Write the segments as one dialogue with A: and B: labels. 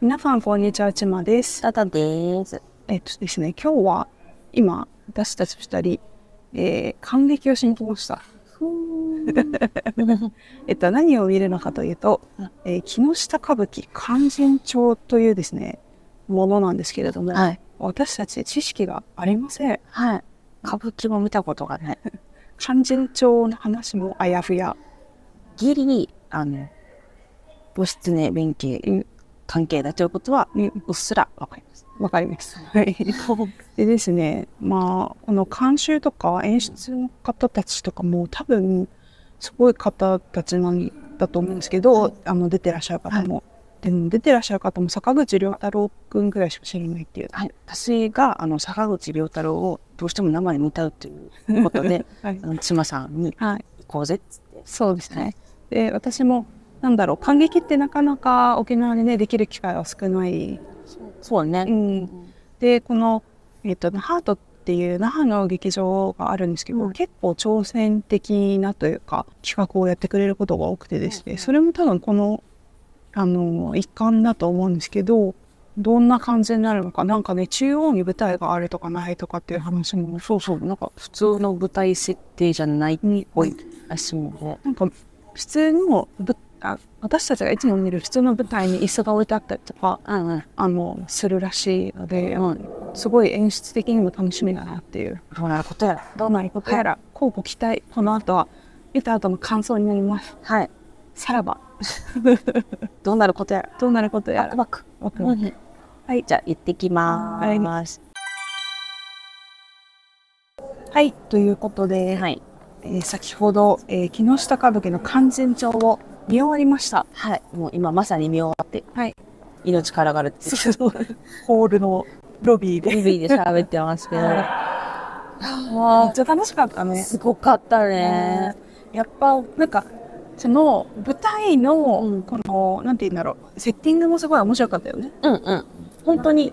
A: 皆さん、こんにちは、ちまです。
B: ただです。
A: えっとですね、今日は、今、私たち二人、えー、感激をしに来ました。えっと、何を見るのかというと、えー木下歌舞伎勧進帳というですね、ものなんですけれども、
B: はい。
A: 私たち知識がありません。
B: はい。歌舞伎も見たことがない。
A: 勧進帳の話もあやふや。
B: ギリ、あの、母子ね弁慶関係だということは、
A: うん
B: うっすらわかります。
A: わかります。はい。 でですね、まあ、この監修とか演出の方たちとかも多分、すごい方たちなんだと思うんですけど、あの、出てらっしゃる方も。でも出てらっしゃる方も坂口良太郎くんぐらいしか知らないっていう。
B: はい。私が、あの、坂口良太郎をどうしても生で見たいということで、
A: はい
B: あ。の、妻さんに
A: はい。
B: 行こうぜっつって。
A: そうですね。で、私も、なんだろう、感激ってなかなか沖縄でね、できる機会は少ない
B: そう
A: う
B: ね。
A: ん、でこの、えっと那覇とっていう那覇の劇場があるんですけど、
B: うん
A: 結構挑戦的なというか企画をやってくれることが多くてですね、
B: うんうん
A: それも多分このあの一環だと思うんですけどどんな感じになるのかなんかね中央に舞台があるとかないとかっていう話も
B: そうそう。なんか、普通の舞台設定じゃないっ
A: に
B: ぽいらしいので。
A: なんか普通のぶあ私たちがいつも見る普通の舞台に椅子が置いてあったりとか
B: うんうん。
A: あのするらしいので、
B: うん
A: すごい演出的にも楽しみだなっていう。
B: どうなることやら。
A: どうなることやら、こうご期待。この後は、見た後の感想になります。
B: はい。
A: さらば、
B: どうなることやら。
A: どうなることや
B: ワ
A: ら
B: ク。ワク。
A: わくわく
B: はい、じゃあ行ってきます。
A: はい、ということで、
B: はい。
A: えー先ほど、えー木下歌舞伎の勧進帳を見終わりました。
B: はい。もう今まさに見終わって、
A: はい。
B: 命からがるって、
A: ホールのロビーで。
B: ビビで喋ってます けど。
A: めっ
B: わ
A: ちゃ楽しかった
B: あ、
A: ね。
B: すごかったね。
A: やっぱ、なんか、その舞台の、
B: うん
A: この、なんて言うんだろう、セッティングもすごい面白かったよね。
B: うんうん。本当に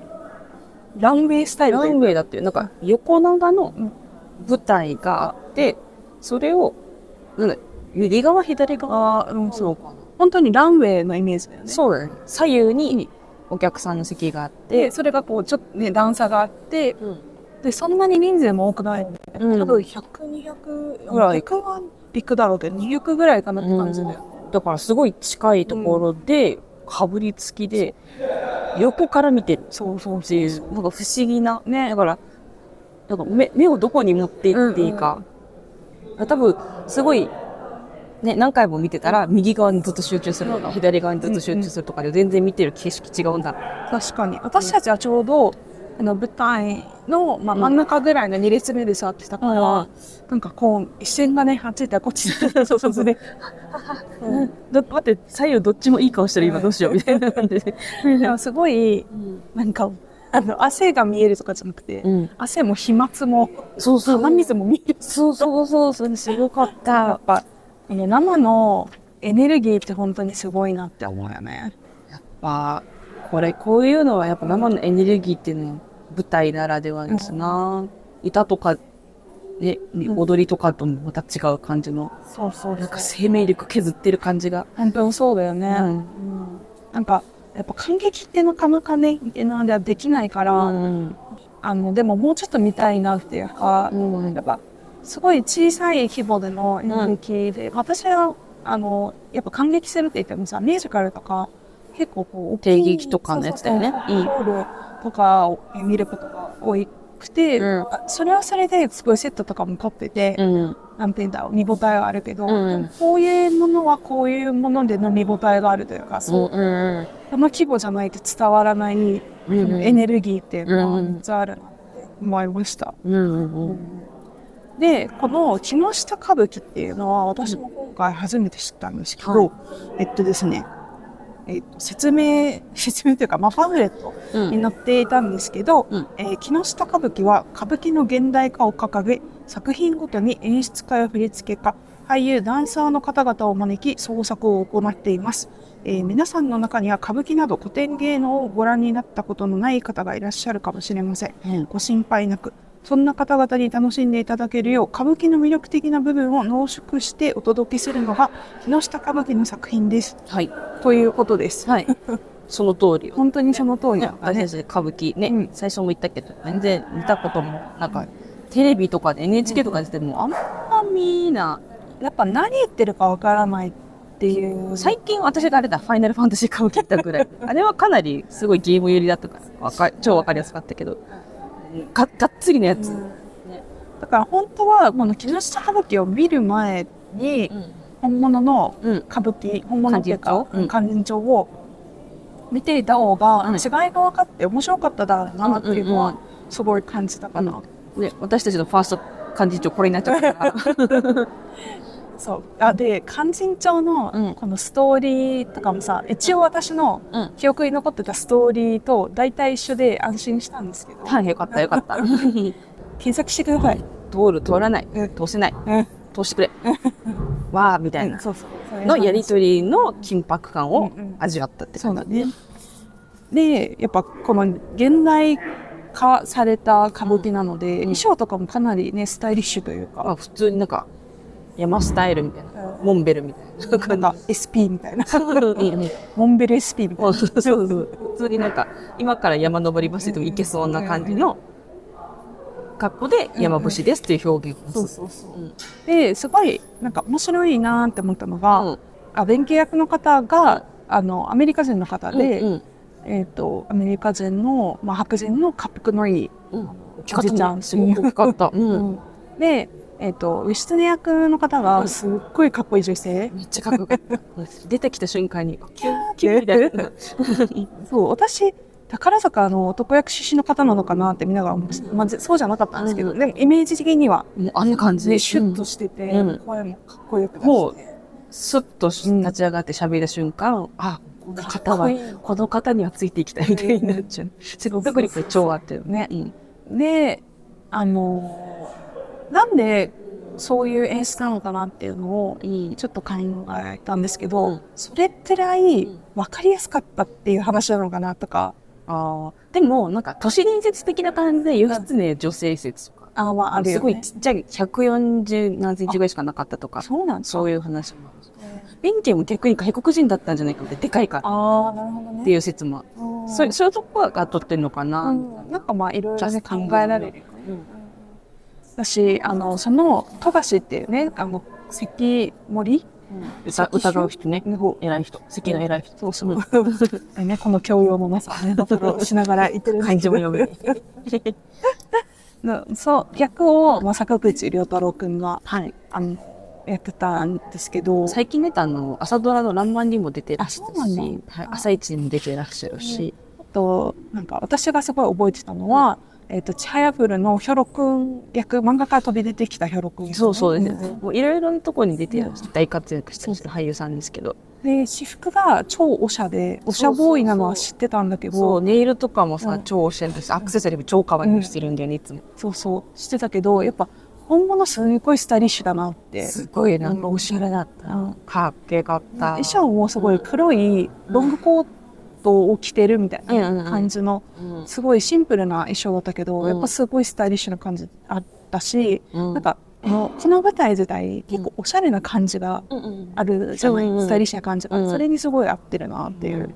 A: ランウェイスタイル
B: ラ
A: とい
B: ン
A: う
B: ウ
A: か
B: ェイだっていう、なんか横長の
A: うん
B: 舞台があって、それを、なんだ、右側、左側、
A: うん
B: そうかな。
A: 本当にランウェイのイメージだよね。
B: そうだね。左右にお客さんの席があって、
A: で、それがこう、ちょっとね、段差があって、で、そんなに人数も多くない。
B: うん
A: 多分100、200
B: ぐらい
A: 100は陸だろうけど、200ぐらいかなって感じで。
B: だからすごい近いところで、かぶりつきで、横から見てる
A: そうそう
B: っていう、なんか不思議な、ね、だから、なんか目目をどこに持っていっていいか。多分、すごい、ね、何回も見てたら、右側にずっと集中するとか、左側にずっと集中するとかで、全然見てる景色違うんだ。
A: 確かに。私たちはちょうど、あの、舞台の、まあ、
B: うん
A: 真ん中ぐらいの2列目で座ってたから、
B: あ
A: なんかこう、一線がね、あっち行ったらこっち行ったら、そうそう そう。うん
B: だ待って、左右どっちもいい顔してる、今どうしよう、みたいな感じで。
A: でもすごい、なんか、あの、汗が見えるとかじゃなくて、
B: うん。
A: 汗も飛沫も、
B: そうそう。
A: 鼻水も見える。
B: そうそうそう、それすごかった。
A: やっぱ、ね、生のエネルギーって本当にすごいなって思うよね。
B: まあ、これ、こういうのはやっぱ生のエネルギーっていうのは舞台ならではですな。歌とか、ね、
A: ん
B: 踊りとかともまた違う感じの、
A: そうそう
B: なんか生命力削ってる感じが。
A: 本当にそうだよね。
B: うん。
A: なんか、やっぱ感激ってなかなかね、沖縄ではできないから、
B: うん。
A: あの、でももうちょっと見たいなっていうか、
B: うん
A: やっぱ、すごい小さい規模での演劇で、私は、あの、やっぱ感激するって言ってもさ、ミュージカルとか、結構こう、
B: 定劇とかのやつだよね
A: そうそうそうホールとかを見ることが多くて、
B: うん
A: あそれはそれですごいセットとかも凝ってて、
B: うん。
A: なんて言うんだろう、見応えはあるけど、
B: うん
A: でもこういうものはこういうものでの見応えがあるというか、そう、
B: うん。
A: その規模じゃないと伝わらない、
B: うん
A: エネルギーっていうのは
B: うん
A: めっちゃあるなって思いました。
B: うん。
A: で、この木下歌舞伎っていうのは私も今回初めて知ったんですけど、
B: はい
A: えっとですね、えっと、説明、 説明というか、まあ、パンフレット
B: うん。
A: に載っていたんですけど、
B: うん
A: えー木下歌舞伎は歌舞伎の現代化を掲げ、作品ごとに演出家や振付家、俳優、ダンサーの方々を招き、創作を行っています。えー皆さんの中には歌舞伎など古典芸能をご覧になったことのない方がいらっしゃるかもしれません。
B: うん
A: ご心配なく。そんな方々に楽しんでいただけるよう、歌舞伎の魅力的な部分を濃縮してお届けするのが、木下歌舞伎の作品です。
B: はい。
A: ということです。
B: はい。その通りよ。
A: 本当にその通り
B: ね
A: だ、った
B: 私
A: ね
B: たち歌舞伎ね、
A: うん
B: 最初も言ったけど、全然見たことも、なんか、テレビとかで NHK とかでても、あんま見な、
A: やっぱ何言ってるかわからないっていう
B: 最近私があれだ、ファイナルファンタジー歌舞伎行ったぐらい。あれはかなりすごいゲーム寄りだったから、わか超わかりやすかったけど、ががっつりのやつ。
A: だから本当はこの木下歌舞伎を見る前に本物の
B: うん。
A: 歌舞伎本物っていうか
B: 勧進帳うん
A: 勧進帳を見ていた方が
B: うん
A: 違いが分かって面白かっただろうなっていうの
B: うん
A: はすごい感じたかな。
B: ね、私たちのファースト幹事長これになっちゃったから。
A: そうあで勧進帳
B: うん
A: のこのストーリーとかもさ一応私の
B: うん
A: 記憶に残ってたストーリーと大体一緒で安心したんですけど
B: はい、よかったよか った。
A: 検索してください。
B: 通る、通らない
A: うん、
B: 通せない、
A: うん
B: 通してくれ。わー、みたいな。
A: そうそう
B: のやりとりの緊迫感を
A: うんうん
B: 味わったって
A: そ
B: 感
A: う
B: じ
A: だね。で、やっぱこの現代化された歌舞伎なので、衣装とかもかなりね、スタイリッシュというか、
B: あ普通になんか山スタイルみたいな、モンベルみたいな
A: な
B: 感
A: ん
B: じ
A: か SP みたいな、
B: うんうん
A: モンベル SP みたい
B: そうそうそう普通になんか今から山登りますでも行けそうな感じの格好で山伏ですっていう表現
A: な。
B: をす
A: そうそ
B: うん
A: で、すごいなんか面白いなーって思ったのが、
B: うん
A: あ弁慶役の方が、あの、アメリカ人の方
B: る
A: で、
B: うんうん
A: えっ、と、アメリカ人の、まあ、白人の恰幅のいい、
B: うん、大き
A: おじちゃん
B: すごく大きかった、うん
A: で、えっ、と、ウィストネ役の方がすっごいかっこいい女性。
B: めっちゃかっこよかった出てきた瞬間にキューキ
A: キ
B: ュー
A: ュ
B: みたい
A: ッ
B: な
A: そう、私、宝塚の男役出身の方なのかなって見ながら思ってた、まあ、ぜそうじゃなかったんですけど、
B: う
A: でもイメージ的には、
B: もう あんな感じ
A: ね、シュッとしてて、
B: うん
A: 声もかっこよく出
B: もう
A: して、
B: スッとし立ち上がって喋った瞬間、あ、この方は
A: かっこいい、
B: この方にはついていきたいみたいになっちゃう。説得力が超あったよね。うん
A: で、あのーなんでそういう演出なのかなっていうのを、ちょっと考えたんですけど、
B: うん
A: それくらい
B: うん
A: 分かりやすかったっていう話なのかなとか、
B: あーでも、なんか、都市伝説的な感じで、義経女性説とか、
A: あ、まあ、ある
B: す
A: よ、
B: ごい
A: ね。
B: ちっちゃい、140何センチぐらいしかなかったとか、
A: そうなんです
B: そういう話もある。弁慶も逆に外国人だったんじゃないかって、でかいから
A: ああ、なるほど
B: っ
A: ね。
B: ていう説もある。
A: うん
B: そういうそういうとこが取ってんのかな、
A: うんなんかまあ、いろいろね考えられるよね。
B: うん
A: だし、あの、その、富樫っていうね、あの、関森
B: 歌疑う人ね。
A: の方、
B: 偉い人。席の偉い人。そうそう。
A: ね、この教養のなさ、 ね、ところをしながら言ってるんです
B: 漢
A: け
B: 字
A: ど
B: も読めない。
A: な そう、役を、まあ、坂口良太郎くんが、
B: はい。
A: あの、やってたんですけど、
B: 最近出たあの朝ドラの「らんまん」にも出てらっしゃ
A: あ
B: る
A: そうな
B: し
A: ん、
B: はい、朝一にも出てらっしゃるし、
A: あと、なんか、私がすごい覚えてたのは、えっ、と、ちはやふるのヒョロくん役、漫画から飛び出てきたヒョロくん、
B: そうそうです
A: ん
B: ね、もういろいろなとこに出てらっしゃる大活躍してらっしゃる俳優さんですけど、
A: で、私服が超おしゃで、おしゃボーイなのは知ってたんだけど、
B: そうネイルとかも
A: う
B: さ
A: ん
B: 超おしゃれだしアクセサリーも超可愛くしてるんだよねいつも、
A: そうそう、してたけど、やっぱ、本物すごいスタイリッシュだなって。
B: すごいなんかおしゃれだった、
A: うん
B: かっけえかった
A: 衣装もすごい黒いロングコートを着てるみたい
B: うんうん
A: な
B: う
A: ん感じの、
B: うん
A: すごいシンプルな衣装だったけど、
B: うん
A: やっぱすごいスタイリッシュな感じあったし、
B: うん
A: なんか、このこの舞台自体、結構おしゃれな感じが
B: うんうん
A: あるじゃない、
B: うんうん
A: スタイリッシュな感じが、
B: うん
A: それにすごい合ってるなっていう。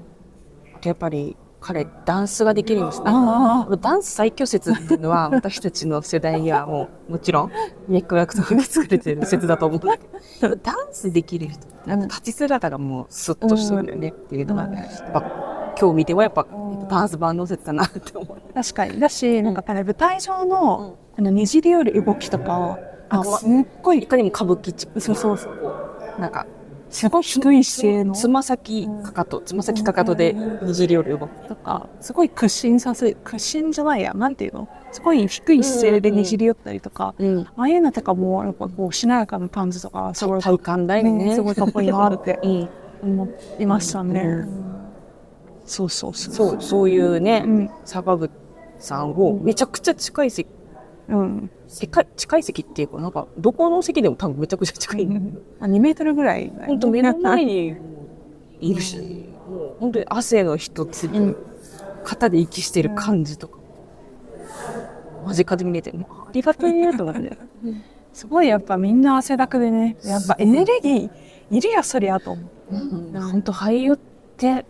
B: あとやっぱり彼ダンスができるんですね
A: あ
B: ダンス最強説っていうのは私たちの世代にはもうもちろん 脈々と受け継がれてる説だと思うんだけどダンス できる人なんか立ち姿がもうスッとしてるよねっていうのが、
A: うん
B: やっぱ今日見てもやっぱ
A: うん
B: ダンス万能説だなって思う。
A: あ、確かに。だし、なんかこれ舞台上の、このにじり寄る動きとか、
B: あ
A: あすっごい
B: いかにも歌舞伎チック
A: そうそうそう。
B: なんか
A: すごい低い姿勢の。
B: つま先かかとつま先かかとでにじり寄る動き
A: とか、すごい屈伸させ、屈伸じゃないや、なんていうのすごい低い姿勢でねじり寄ったりとか、
B: うん、
A: ああいうのとかも、やっぱこう、しなやかな感じとか、すごい、
B: 体感だよね
A: ねすごいかっこいいなって
B: うん、
A: 思いましたね。
B: う
A: そうそうそう。
B: そうそういうね、
A: うん。
B: 坂口さんをめちゃくちゃ近い席
A: うん。
B: 世界近い席っていうか、なんか、どこの席でも多分めちゃくちゃ近い。
A: あ2メートルぐらいだよね。
B: 本当目の前にいるし、もう本当に汗の一つ、
A: ん
B: 肩で息してる感じとか、間近で見れて、もうありがとうと思って。
A: すごいやっぱみんな汗だくでね、やっぱエネルギーいるやそりゃと思う。
B: 本当俳優って、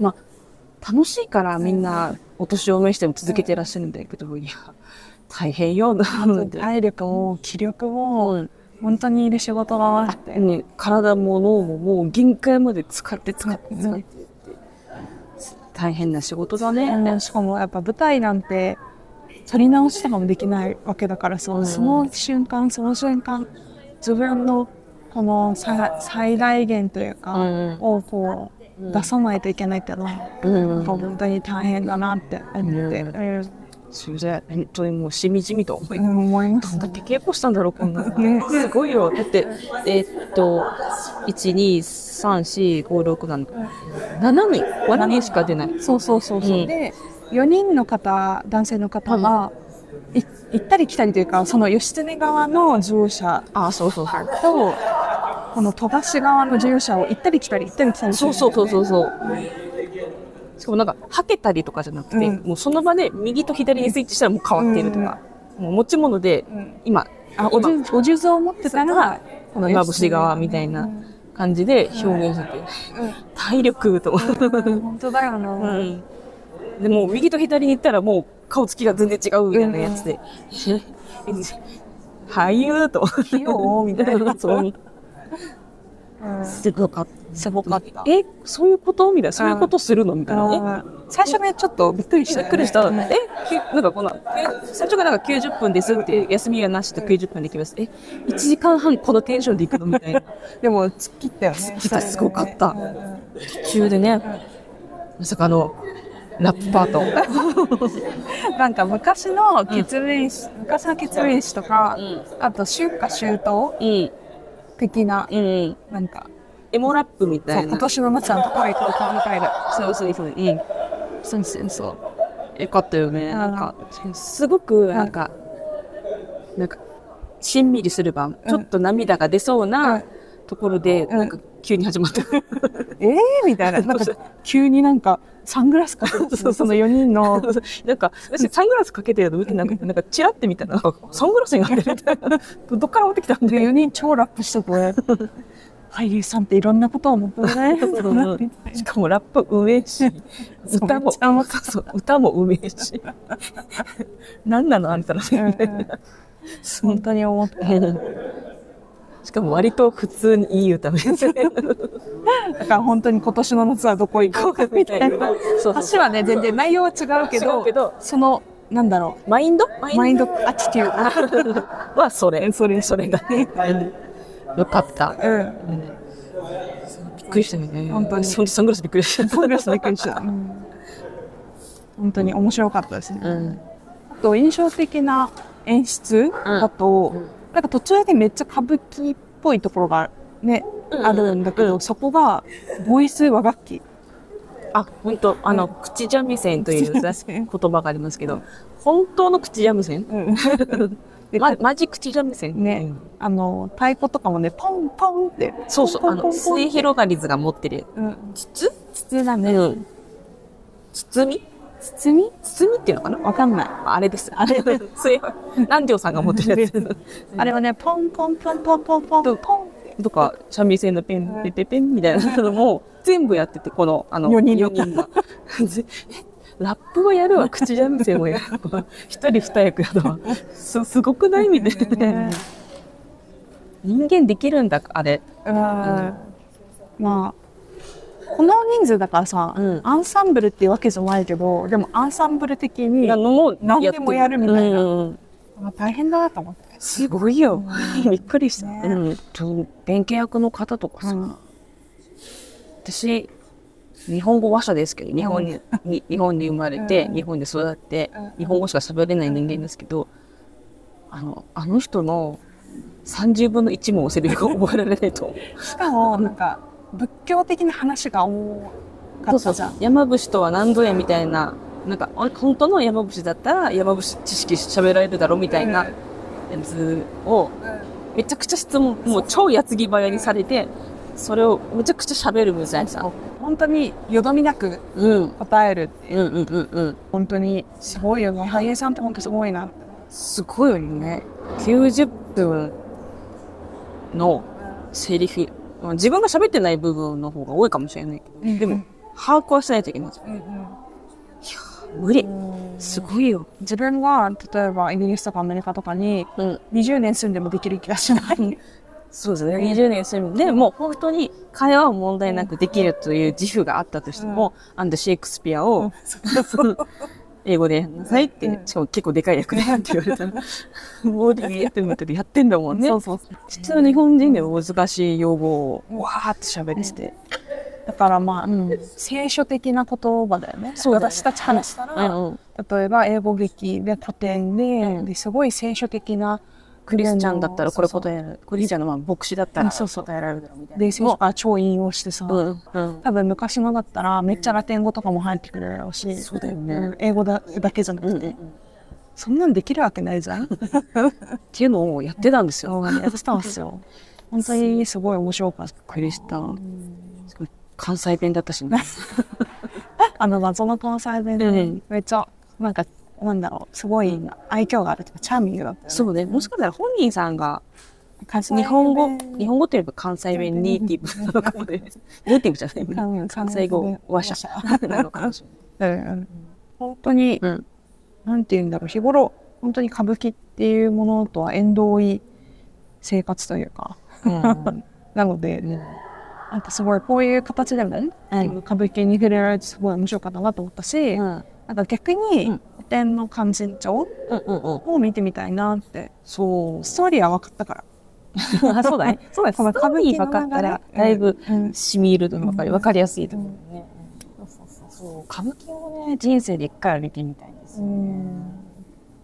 B: 楽しいからみんなお年を召しても続けてらっしゃるんだけど、いや、大変よ、なんて。
A: 体力も気力も
B: うん
A: 本当にいる仕事があって、
B: ね、体も脳ももう限界まで使って使って使ってって、大変な仕事だね。
A: うんしかもやっぱ舞台なんて撮り直しとかもできないわけだからそ,、
B: うん
A: その瞬間その瞬間自分のこのさ最大限というか、
B: うん
A: をこう、出さないといけないってのは、
B: うん
A: 本当に大変だなって思って、
B: う
A: うん
B: それで本当にもうしみじみと思い
A: 思いまし
B: ど
A: た。
B: んだけ稽古したんだろう、こんな の。すごいよ。だって、えーっと、1、2、3、4、5、6なん7人、7人しか出ない。
A: そうそうそうそう。
B: うん
A: で4人の方男性の方が、い行ったり来たりというかその義経側の乗車
B: あ、そうそうそう。
A: とこの戸橋側の乗車を行ったり来たり行ったり来たり
B: そうそうそう
A: う
B: そうそう。しかもなんか、はけたりとかじゃなくて、
A: うん
B: もうその場で右と左にスイッチしたらもう変わっているとか、もう持ち物で、
A: ん
B: 今、
A: あおじゅお数珠を持ってたらこの
B: 今節側みたいな感じで表現してて、体力と思って
A: 本当だよな、
B: うんでも右と左に行ったらもう顔つきが全然違うみたいなやつで、俳優と
A: 器用みたいな
B: そう
A: うん
B: すごかったすごか
A: った
B: えそういうことみたいなそういうことするのみたいなえ
A: あー最初ねちょっとびっくりし
B: び
A: た
B: っくりした。え、きなんかこんな、え最初がなんか90分ですって、休みがなしと90分できます。え、1時間半このテンションで行くのみたい な。
A: でも突っ切ったよね突
B: っ切ったすごかった途中でね、まさかあの、ラップパート。
A: なんか昔の血縁史、昔の血縁史とか、
B: ん
A: あと春夏秋冬
B: うん、
A: 的な、
B: うん。
A: なんか、
B: エモラップみた
A: そう
B: い
A: 今
B: な。
A: 年の夏は高い効果みたいな。
B: そうそうそう。うん。そうそうそう。よかったよね。
A: うん
B: なんか、すごく、なんか、なんか、しんみりするば、ちょっと涙が出そう
A: う
B: なんところで、
A: ん
B: なんか、急に始まった。
A: えーみたいな。なんか、急になんか、サングラスか けてるその4人の、
B: なんか、私、サングラスかけてるの見てなくて、なんか、チラって見たら、なんかサングラスになってるみたいな。どっから持ってきたん
A: で
B: だよ。
A: 4人超ラップしてて、俳優さんっていろんなことを求められるんだなって。
B: しかもラップうめえし、
A: そう
B: 歌も、
A: めっちゃうま
B: そう歌もうめえし。何なのあんたら、みたいな。
A: 本当に思って。
B: しかも割と普通にいい歌みたいな。
A: だから本当に今年の夏はどこ行こうかみたいな。
B: そうそう
A: 話はね、全然内容は違うけ
B: 違う
A: ど
B: けど、
A: その、なんだろ
B: マインド
A: う、マ
B: マ
A: イ
B: イ
A: ン
B: ンド
A: ドアティテュード。
B: はそれ。それ、それがね。よかった。
A: うん。
B: びっくりしたよね。
A: 本当に
B: そサングラスびっくりした。
A: サングラスびっくりした。本当に面白かったですね。
B: うん。
A: あと印象的な演出だと、なんか途中でめっちゃ歌舞伎っぽいところがね、
B: うん
A: あるんだけど、そこがボイス和楽器。
B: あ、本当あの、口三味線という
A: 口
B: 言
A: 三味線
B: 葉がありますけど、本当の口三味線
A: で
B: ま、マジ口三味線
A: ね、
B: うん
A: あの、太鼓とかもね、ポンポンって。
B: そうそう、あ
A: ポンポンポンポン
B: の、末広がり図が持ってる。
A: うん、
B: 筒
A: 筒だね。
B: うん。包み
A: 包み
B: 包みっていうのかな
A: わかんない。
B: あれ です。あれ、末、南條さんが持ってるやつ。
A: あれはね、ポンポンポンポンポンポンポンって。
B: とか、三味線のペン、ペペペンみたいなのも、全部やってて、この、あの、
A: 四人の
B: 四が。ぜえラップはやるわ、口三味線もやるわ。一人二役やだわ。す、すごくないみたいな
A: ね。
B: 人間できるんだ、あれ。
A: うんまあこの人数だからさ、
B: うん
A: アンサンブルっていうわけじゃないけどでもアンサンブル的に
B: なのも、
A: 何でもやるみたいな
B: うん
A: まあ大変だなと思って、
B: すごいよ。びっくりした。
A: ね
B: うん。と弁慶役の方とかさ、
A: うん
B: 私、日本語話者ですけど、日本に、に日本に生まれて、日本で育って
A: うん、
B: 日本語しか喋れない人間ですけど、あの、あの人の30分の1もセリフが覚えられな いと思う。
A: しかもなんか仏教的な話が多かったじゃん
B: 山伏とは何ぞやみたいな、なんか、お本当の山伏だったら山伏知識喋られるだろうみたいなやつを、めちゃくちゃ質問、もう超矢継ぎ早にされて、それをめちゃくちゃ喋るみたいな。
A: 本当によどみなく
B: うん。うん
A: 答えるって
B: うんうんうん。
A: 本当にすごいよね俳優さんって本当すごいなって
B: すごいよね。90分のセリフ。まあ自分が喋ってない部分の方が多いかもしれないけど、でも、把握はしないといけないじゃん。無理。すごいよ。
A: 自分が例えばイギリスとかアメリカとかに
B: うん。
A: 20年住んでもできる気がしない。
B: そうですね。20年住む。でも、本当に会話は問題なくできるという自負があったとしても、アンド・シェイクスピアを、英語でやんなさいって、
A: うん
B: しかも結構でかい役だよって言われたら、 もうできるって思ったらやってんだもんね。
A: そうそうそう
B: 普通の日本人でも難しい用語をわーって喋ってて、
A: だからまあ、
B: ん
A: 聖書的な言葉だよね。
B: そうだよね
A: 私たち話したら、
B: うんうん
A: 例えば英語劇で古典で,、
B: うん
A: ですごい聖書的な
B: クリスチャンだったらこれ
A: そうそ
B: 答えられる。クリスチャンのまあ牧師だったら
A: そうそう
B: 答えられるだろうみたいうな。
A: で聖書から超引用してさ、
B: うん、うん。
A: 多分昔のだったらめっちゃラテン語とかも入ってくるだろうし
B: そうだよね
A: ん英語だだけじゃな
B: うん
A: く
B: うん
A: て、
B: うんっ
A: そんなんできるわけないじ ゃん
B: ていうのをやってたんですよ。
A: 動画でやってたんですよ本当にすごい面白かったクリスチャン
B: すごい関西弁だったしね。
A: あの謎の関西弁
B: う
A: で
B: ん
A: めっちゃなんかなんだろうすごい愛嬌があるというかチャーミングだったよね
B: そうね。もしかしたら本人さんが
A: 関西
B: 日
A: 弁
B: 本語、日本語といえば関西弁ネイティブなのかもね。ネイティブじゃない。
A: うん
B: 関西語話者なのかもしれない。
A: うん本当に、
B: うん
A: なんて言うんだろう、日頃、本当に歌舞伎っていうものとは縁遠い生活というか、なので、なんかすごいこういう形でも、
B: うん
A: 歌舞伎に触れられてすごい面白かったなと思ったし、
B: うん
A: なんか逆
B: う
A: に
B: ん、
A: 古典の勧進帳
B: うんうん。
A: を見てみたいなって、
B: そう。
A: ストーリーは分かったから。
B: あ そうだね。そうだね。
A: この
B: 歌舞伎分かったら、だいぶ
A: うん
B: 染み入ると分かり、分かりやすいと思うね。そう、歌舞伎もね、人生で一回は見てみたいんですよね。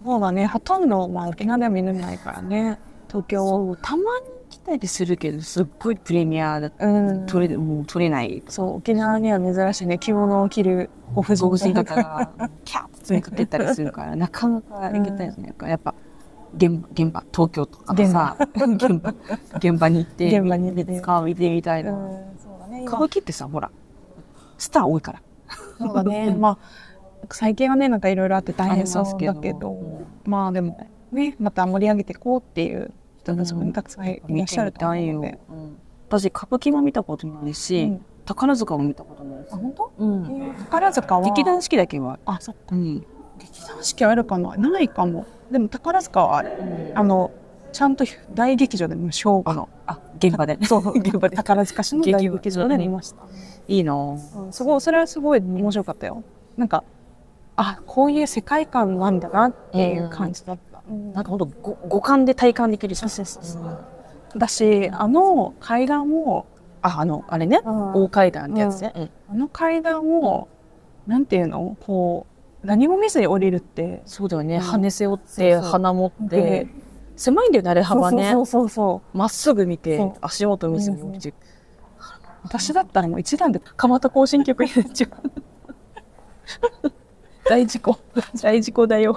A: そうだね、ほとんど、まあ、沖縄では見れないからね、東京
B: そう、たまに来たりするけど、すっごいプレミアだ
A: うん
B: 取れ、もう取れない。
A: そう、沖縄には珍しいね、着物を着るご婦人
B: ご婦人方が、キャーって詰めかけたりするから、なかなか行けたりしないから、やっぱ、現場、現場、東京とかさ、 現場、現場に行って、
A: 現場に出て
B: 使う見てみたいな。
A: そうだね
B: 歌舞伎ってさ、ほら、スター多いから。
A: そうだね。 まあ、最近はね、なんかいろいろあって大変そうだ
B: あ
A: け
B: り
A: ど、
B: ます
A: まあでも、ね、また盛り上げていこうっていう人たちもたくさんいらっしゃると思うの
B: 見てみ
A: で
B: た。いよ私歌舞伎も見たことないし、
A: うん
B: 宝塚も見たことないし
A: あ、、本当
B: うん、
A: 宝塚は。
B: 劇団四季だけは、
A: あ、そっか。
B: うん、
A: 劇団四季あるかなないかも。でも宝塚はある。あの、ちゃんと大劇場で無償化の。
B: あ現場で そう 現場で
A: 宝塚市の大劇場で見ました。
B: いいの
A: うんすごい、それはすごい面白かったよ。なんか、あ、こういう世界観なんだなっていう感じだった。
B: なんかほんとご五感で体感できるじゃん
A: そうそうそうだし、あの階段を、
B: ああのあれね大
A: お
B: 階段ってやつね、うん
A: あの階段を、なんていうのこう、何も見ずに降りるって。
B: そうだよ
A: う
B: ね
A: ん
B: 羽背負って
A: そうそう
B: 鼻持って狭いんだよねあれ幅ね
A: そうそうそうそう。
B: まっすぐ見て
A: そう
B: 足元見せて、落ちて
A: 私だったらもう一段で蒲田行進曲になっちゃ う。
B: 大事故大事故だよ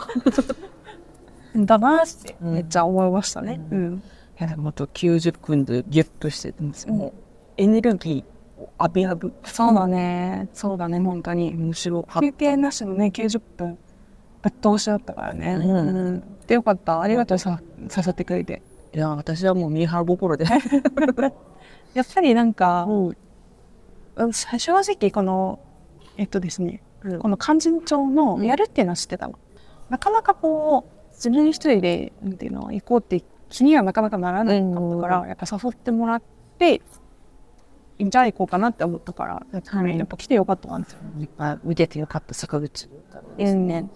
A: だなって、
B: うん
A: めっちゃ思いましたね。
B: う
A: うん。
B: いや、なんかもっと90分でギュッとしてて、もうエネルギーを浴び浴び。
A: そうだね。そうだね、本当に。
B: 面白かっ
A: 休憩なしのね、90分、ぶっ通しだったからね。
B: うん
A: んで、よかった。ありがとう、さ、誘ってくれて。
B: た。いや、私はもうミーハー心で。
A: やっぱりなんか、
B: うん。
A: うん正直このえっとですね
B: うん
A: この勧進帳のやるっていうのは知ってたの、なかなかこう自分一人でなんていうの行こうって気にはなかなかならないかったから、やっぱ誘ってもらってじゃあ行こうかなって思ったから、
B: はい
A: やっぱ来てよかったなんですよ、
B: あ見ててよかった、坂口。ですね。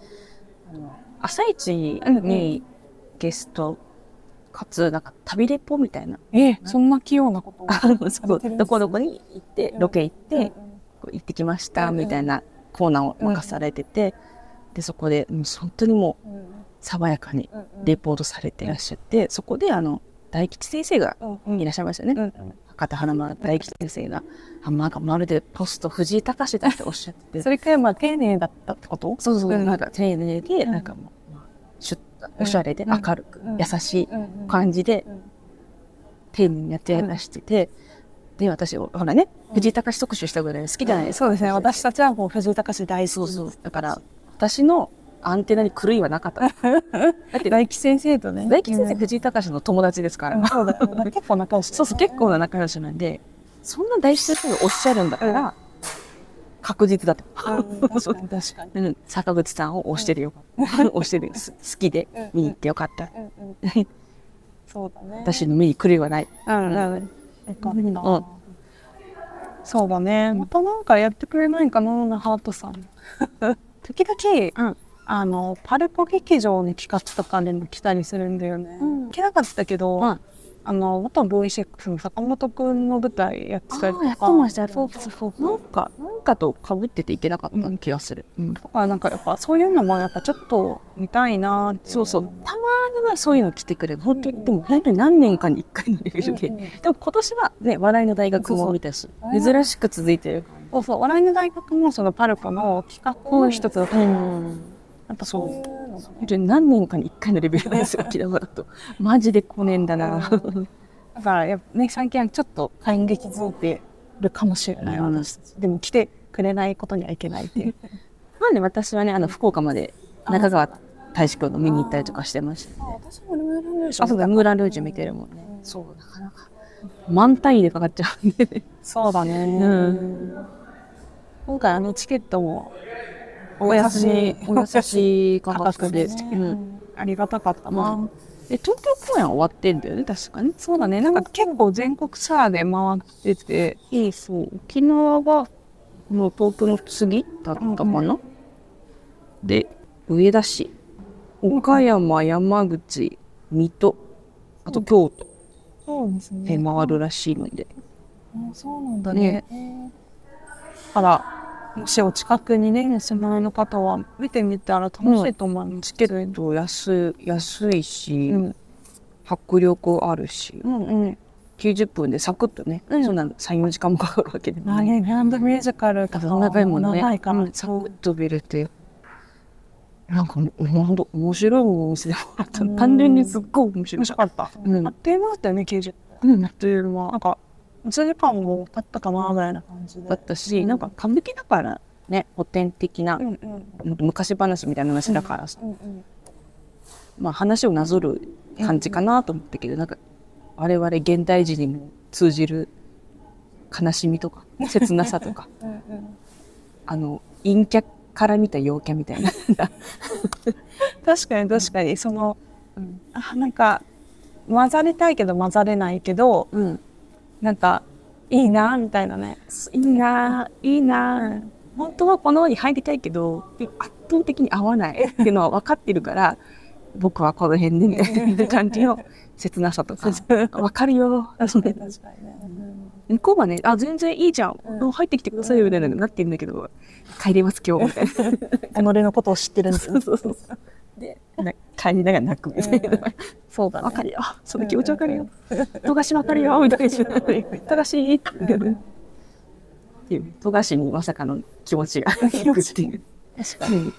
B: 朝一にゲスト、かつ、なんか旅レポみたいな。
A: ええそんな器用なことを
B: そうどこどこに行って、ロケ行って、こう行ってきました、みたいなコーナーを任されてて、で、そこで、もう本当にもう、爽やかにレポートされていらっしゃって、そこで、あの、大吉先生がいらっしゃいましたよね。博多華丸大吉先生が、あなんかまるでポスト藤井隆だっておっしゃってて、
A: それくらいまあ丁寧だったってこと
B: そうそう、
A: うん
B: なんか丁寧で、
A: うん
B: なんかもう、まあシュッとおしゃれで明るく、
A: うん
B: 優しい
A: うん
B: 感じで、
A: うん
B: 丁寧にやってらしてて、で、私、ほらね、藤井隆特集したぐらい好きじゃないですか。
A: そうですね私たちはもう藤井隆大好き
B: そうそう。だから、私のアンテナに狂いはな かった。だって、
A: 大吉先生とね
B: 大吉先生、藤井隆の友達ですから。
A: そうだよね 結構仲良しだよね
B: そうそう、結構な仲良しなんで、そんな大事な人がおっしゃるんだから、確実だった。
A: 確かに確かに。
B: うん、坂口さんを推してるよかった。推してるす好きで
A: うん
B: 見に行ってよかった。
A: うんうん、そうだね。
B: 私の目に狂いはない。
A: うんうん、よかった。
B: うん
A: そうだね。またなんかやってくれないかな、ハートさん。 時々、
B: うん
A: あの、パルコ劇場の企画とかでも来たりするんだよね。
B: うん
A: 行けなかったけど、
B: うん
A: あの、元ボーイシェックスの坂本くんの舞台やってたりとか。
B: そうそうそう。なんか、なんかと被ってていけなかった気がする。うん
A: だからなんかやっぱそういうのもやっぱちょっと見たいなって
B: そうそう。たまにはそういうの来てくれる。本当に、でも本当に何年かに一回のレベルで。
A: うんうん
B: でも今年はね、話題の大学
A: そうそ
B: も
A: う
B: 見たし
A: 話、題
B: 珍しく続いてる。
A: そうそう笑いの大学もそのパルコの企画の一つだった、
B: うん。
A: やっぱそういうのが
B: 本当に何年かに一回のレベルなん ですよ、沖縄だと。マジで来ねえんだ な。
A: だからやっぱね最近はちょっと感激づいてるかもしれない私たちでも来てくれないことにはいけないっていう
B: まあね、私はね、あの、福岡まで中川大志くんの見に行ったりとかしてました。
A: 私もルールでし
B: あ、そうだ、ムーラン・ルージュ見てるもんね。そう、なかなか。満単位でかかっちゃうんでね。
A: そうだね、
B: ん。
A: 今回あのチケットも
B: お安い、お優しい価
A: 価
B: 格
A: 格
B: で。
A: で、
B: うん。
A: ありがたかったな、
B: まあ、え、東京公演は終わってんだよね、確かに。
A: そうだねなんか結構全国ツアーで回ってて
B: いい、そう。沖縄は、もう東京の次だったかな、で、上田市、岡山、山口、水戸、あと京都
A: そうですね
B: で回るらしいので。
A: そうなんだ
B: ね
A: ね。だから、もしお近くにね、住まいの方は見てみたら楽しいと思います。
B: チケット安い安いし、
A: うん。
B: 迫力あるし、
A: うんうん。
B: 90分でサクッとね、そんな3、4時間もかかるわけでも
A: まあ
B: ない。
A: ね、グランドミュージカルと
B: 多
A: か
B: 分長いものね。
A: 長いから、
B: うんサクッと見れて。なんか、ほんと面白いお店でもあった。
A: うん
B: 単純にすっごい面白
A: 面
B: い。
A: 白かった。
B: うん
A: あっという間だったよね、90
B: うん、だ
A: というよりも、なんか、1時間も経ったかな、ぐらいな感じで。
B: ったし、なんか歌舞伎だからね、古典的な、
A: んうん。
B: 昔話みたいな話だから、
A: うんうん。
B: まあ話をなぞる感じかなと思ったけど、なんか、我々現代人にも通じる悲しみとか、切なさ とか、
A: うんうん、
B: あの、陰キャから見た陽キャみたいな。
A: 確かに確かに、その、あなんか、混ざりたいけど混ざれないけど、
B: うん。
A: なんか、いいな、みたいなね。
B: いいなぁいいなぁ本当はこの世に入りたいけど圧倒的に合わないっていうのは分かってるから 僕はこの辺でみた いな感じの切なさとか分かるよ
A: 確かにね。
B: 向こうはねあ全然いいじゃん、
A: うん
B: 入ってきてくださいよみたいなのになってるんだけど帰れます今日みたいな
A: 己のことを知ってるんですよ。
B: そうそうでな帰りながら泣くみたいな、
A: うんそうだ
B: 分かるよその気
A: 気
B: 持
A: 持
B: ち
A: ち
B: 分
A: わ
B: か
A: か
B: る
A: る
B: よ
A: よ
B: 富樫分かるよみたいな富樫っていう富樫にまさかの気持ちが行くっていう。
A: 確か
B: うん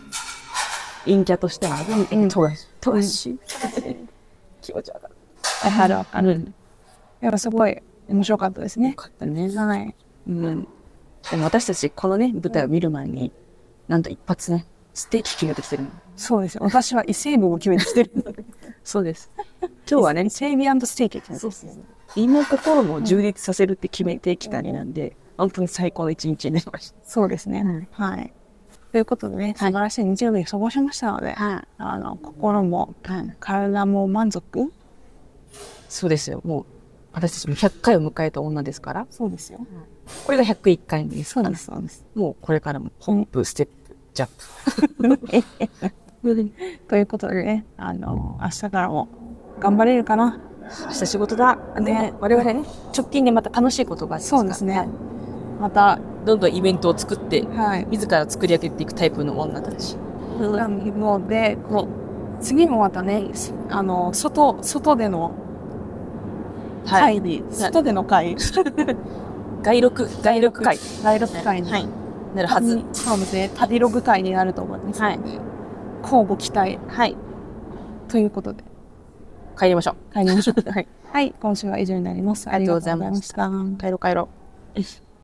B: 陰キャとしては、うん、富樫。富樫。気持ちわかる。
A: わかるわかる。
B: うん。
A: やっぱすごい面白かったです
B: よ
A: ね。
B: かったね。
A: はい。
B: うん。でも私たち、このね、舞台を見る前に、なんと一発ね、ステーキ決めてきてるの。
A: そうですよ。私は伊勢部を決めてきてる。
B: そうです。今日 はね
A: 伊、勢海老ステーキって
B: そうそう。身も心も充実させるって決めてきたりなんで、本当に最高の一日になりまし
A: そうですね、
B: うん
A: はい。ということでね、素晴らしい日曜日を過ごしましたので、
B: た。はい。
A: あの、心も体も満足
B: そうですよ。もう、私たちも100回を迎えた女ですから、
A: そうですよ。
B: これが101回目です
A: そ
B: か
A: う
B: ら
A: で。す、そうです。
B: もうこれからもホップ、ステップ、ジャンプ。
A: ということでね、あの、明日からも頑張れるかな。
B: 明日仕事だ。ね
A: ね、
B: 我々ね、直近でまた楽しいことがありますから
A: そうですね。また、
B: どんどんイベントを作って、
A: はい。
B: 自ら作り上げていくタイプの女たち。
A: なので、こう次もまたね、しあの、外、外での
B: はい。
A: 会に、外での会、
B: 外録、外録会。
A: ライブ会に、
B: はい。なるはず。
A: そうですね、旅ログ会になると思います。
B: はい。
A: 交互期待
B: はい。
A: ということで、
B: 帰りましょう。
A: 帰りましょう。
B: はい。
A: はい、今週は以上になります。
B: ありがとうございま
A: ありがとうございました。
B: 帰ろう帰ろう。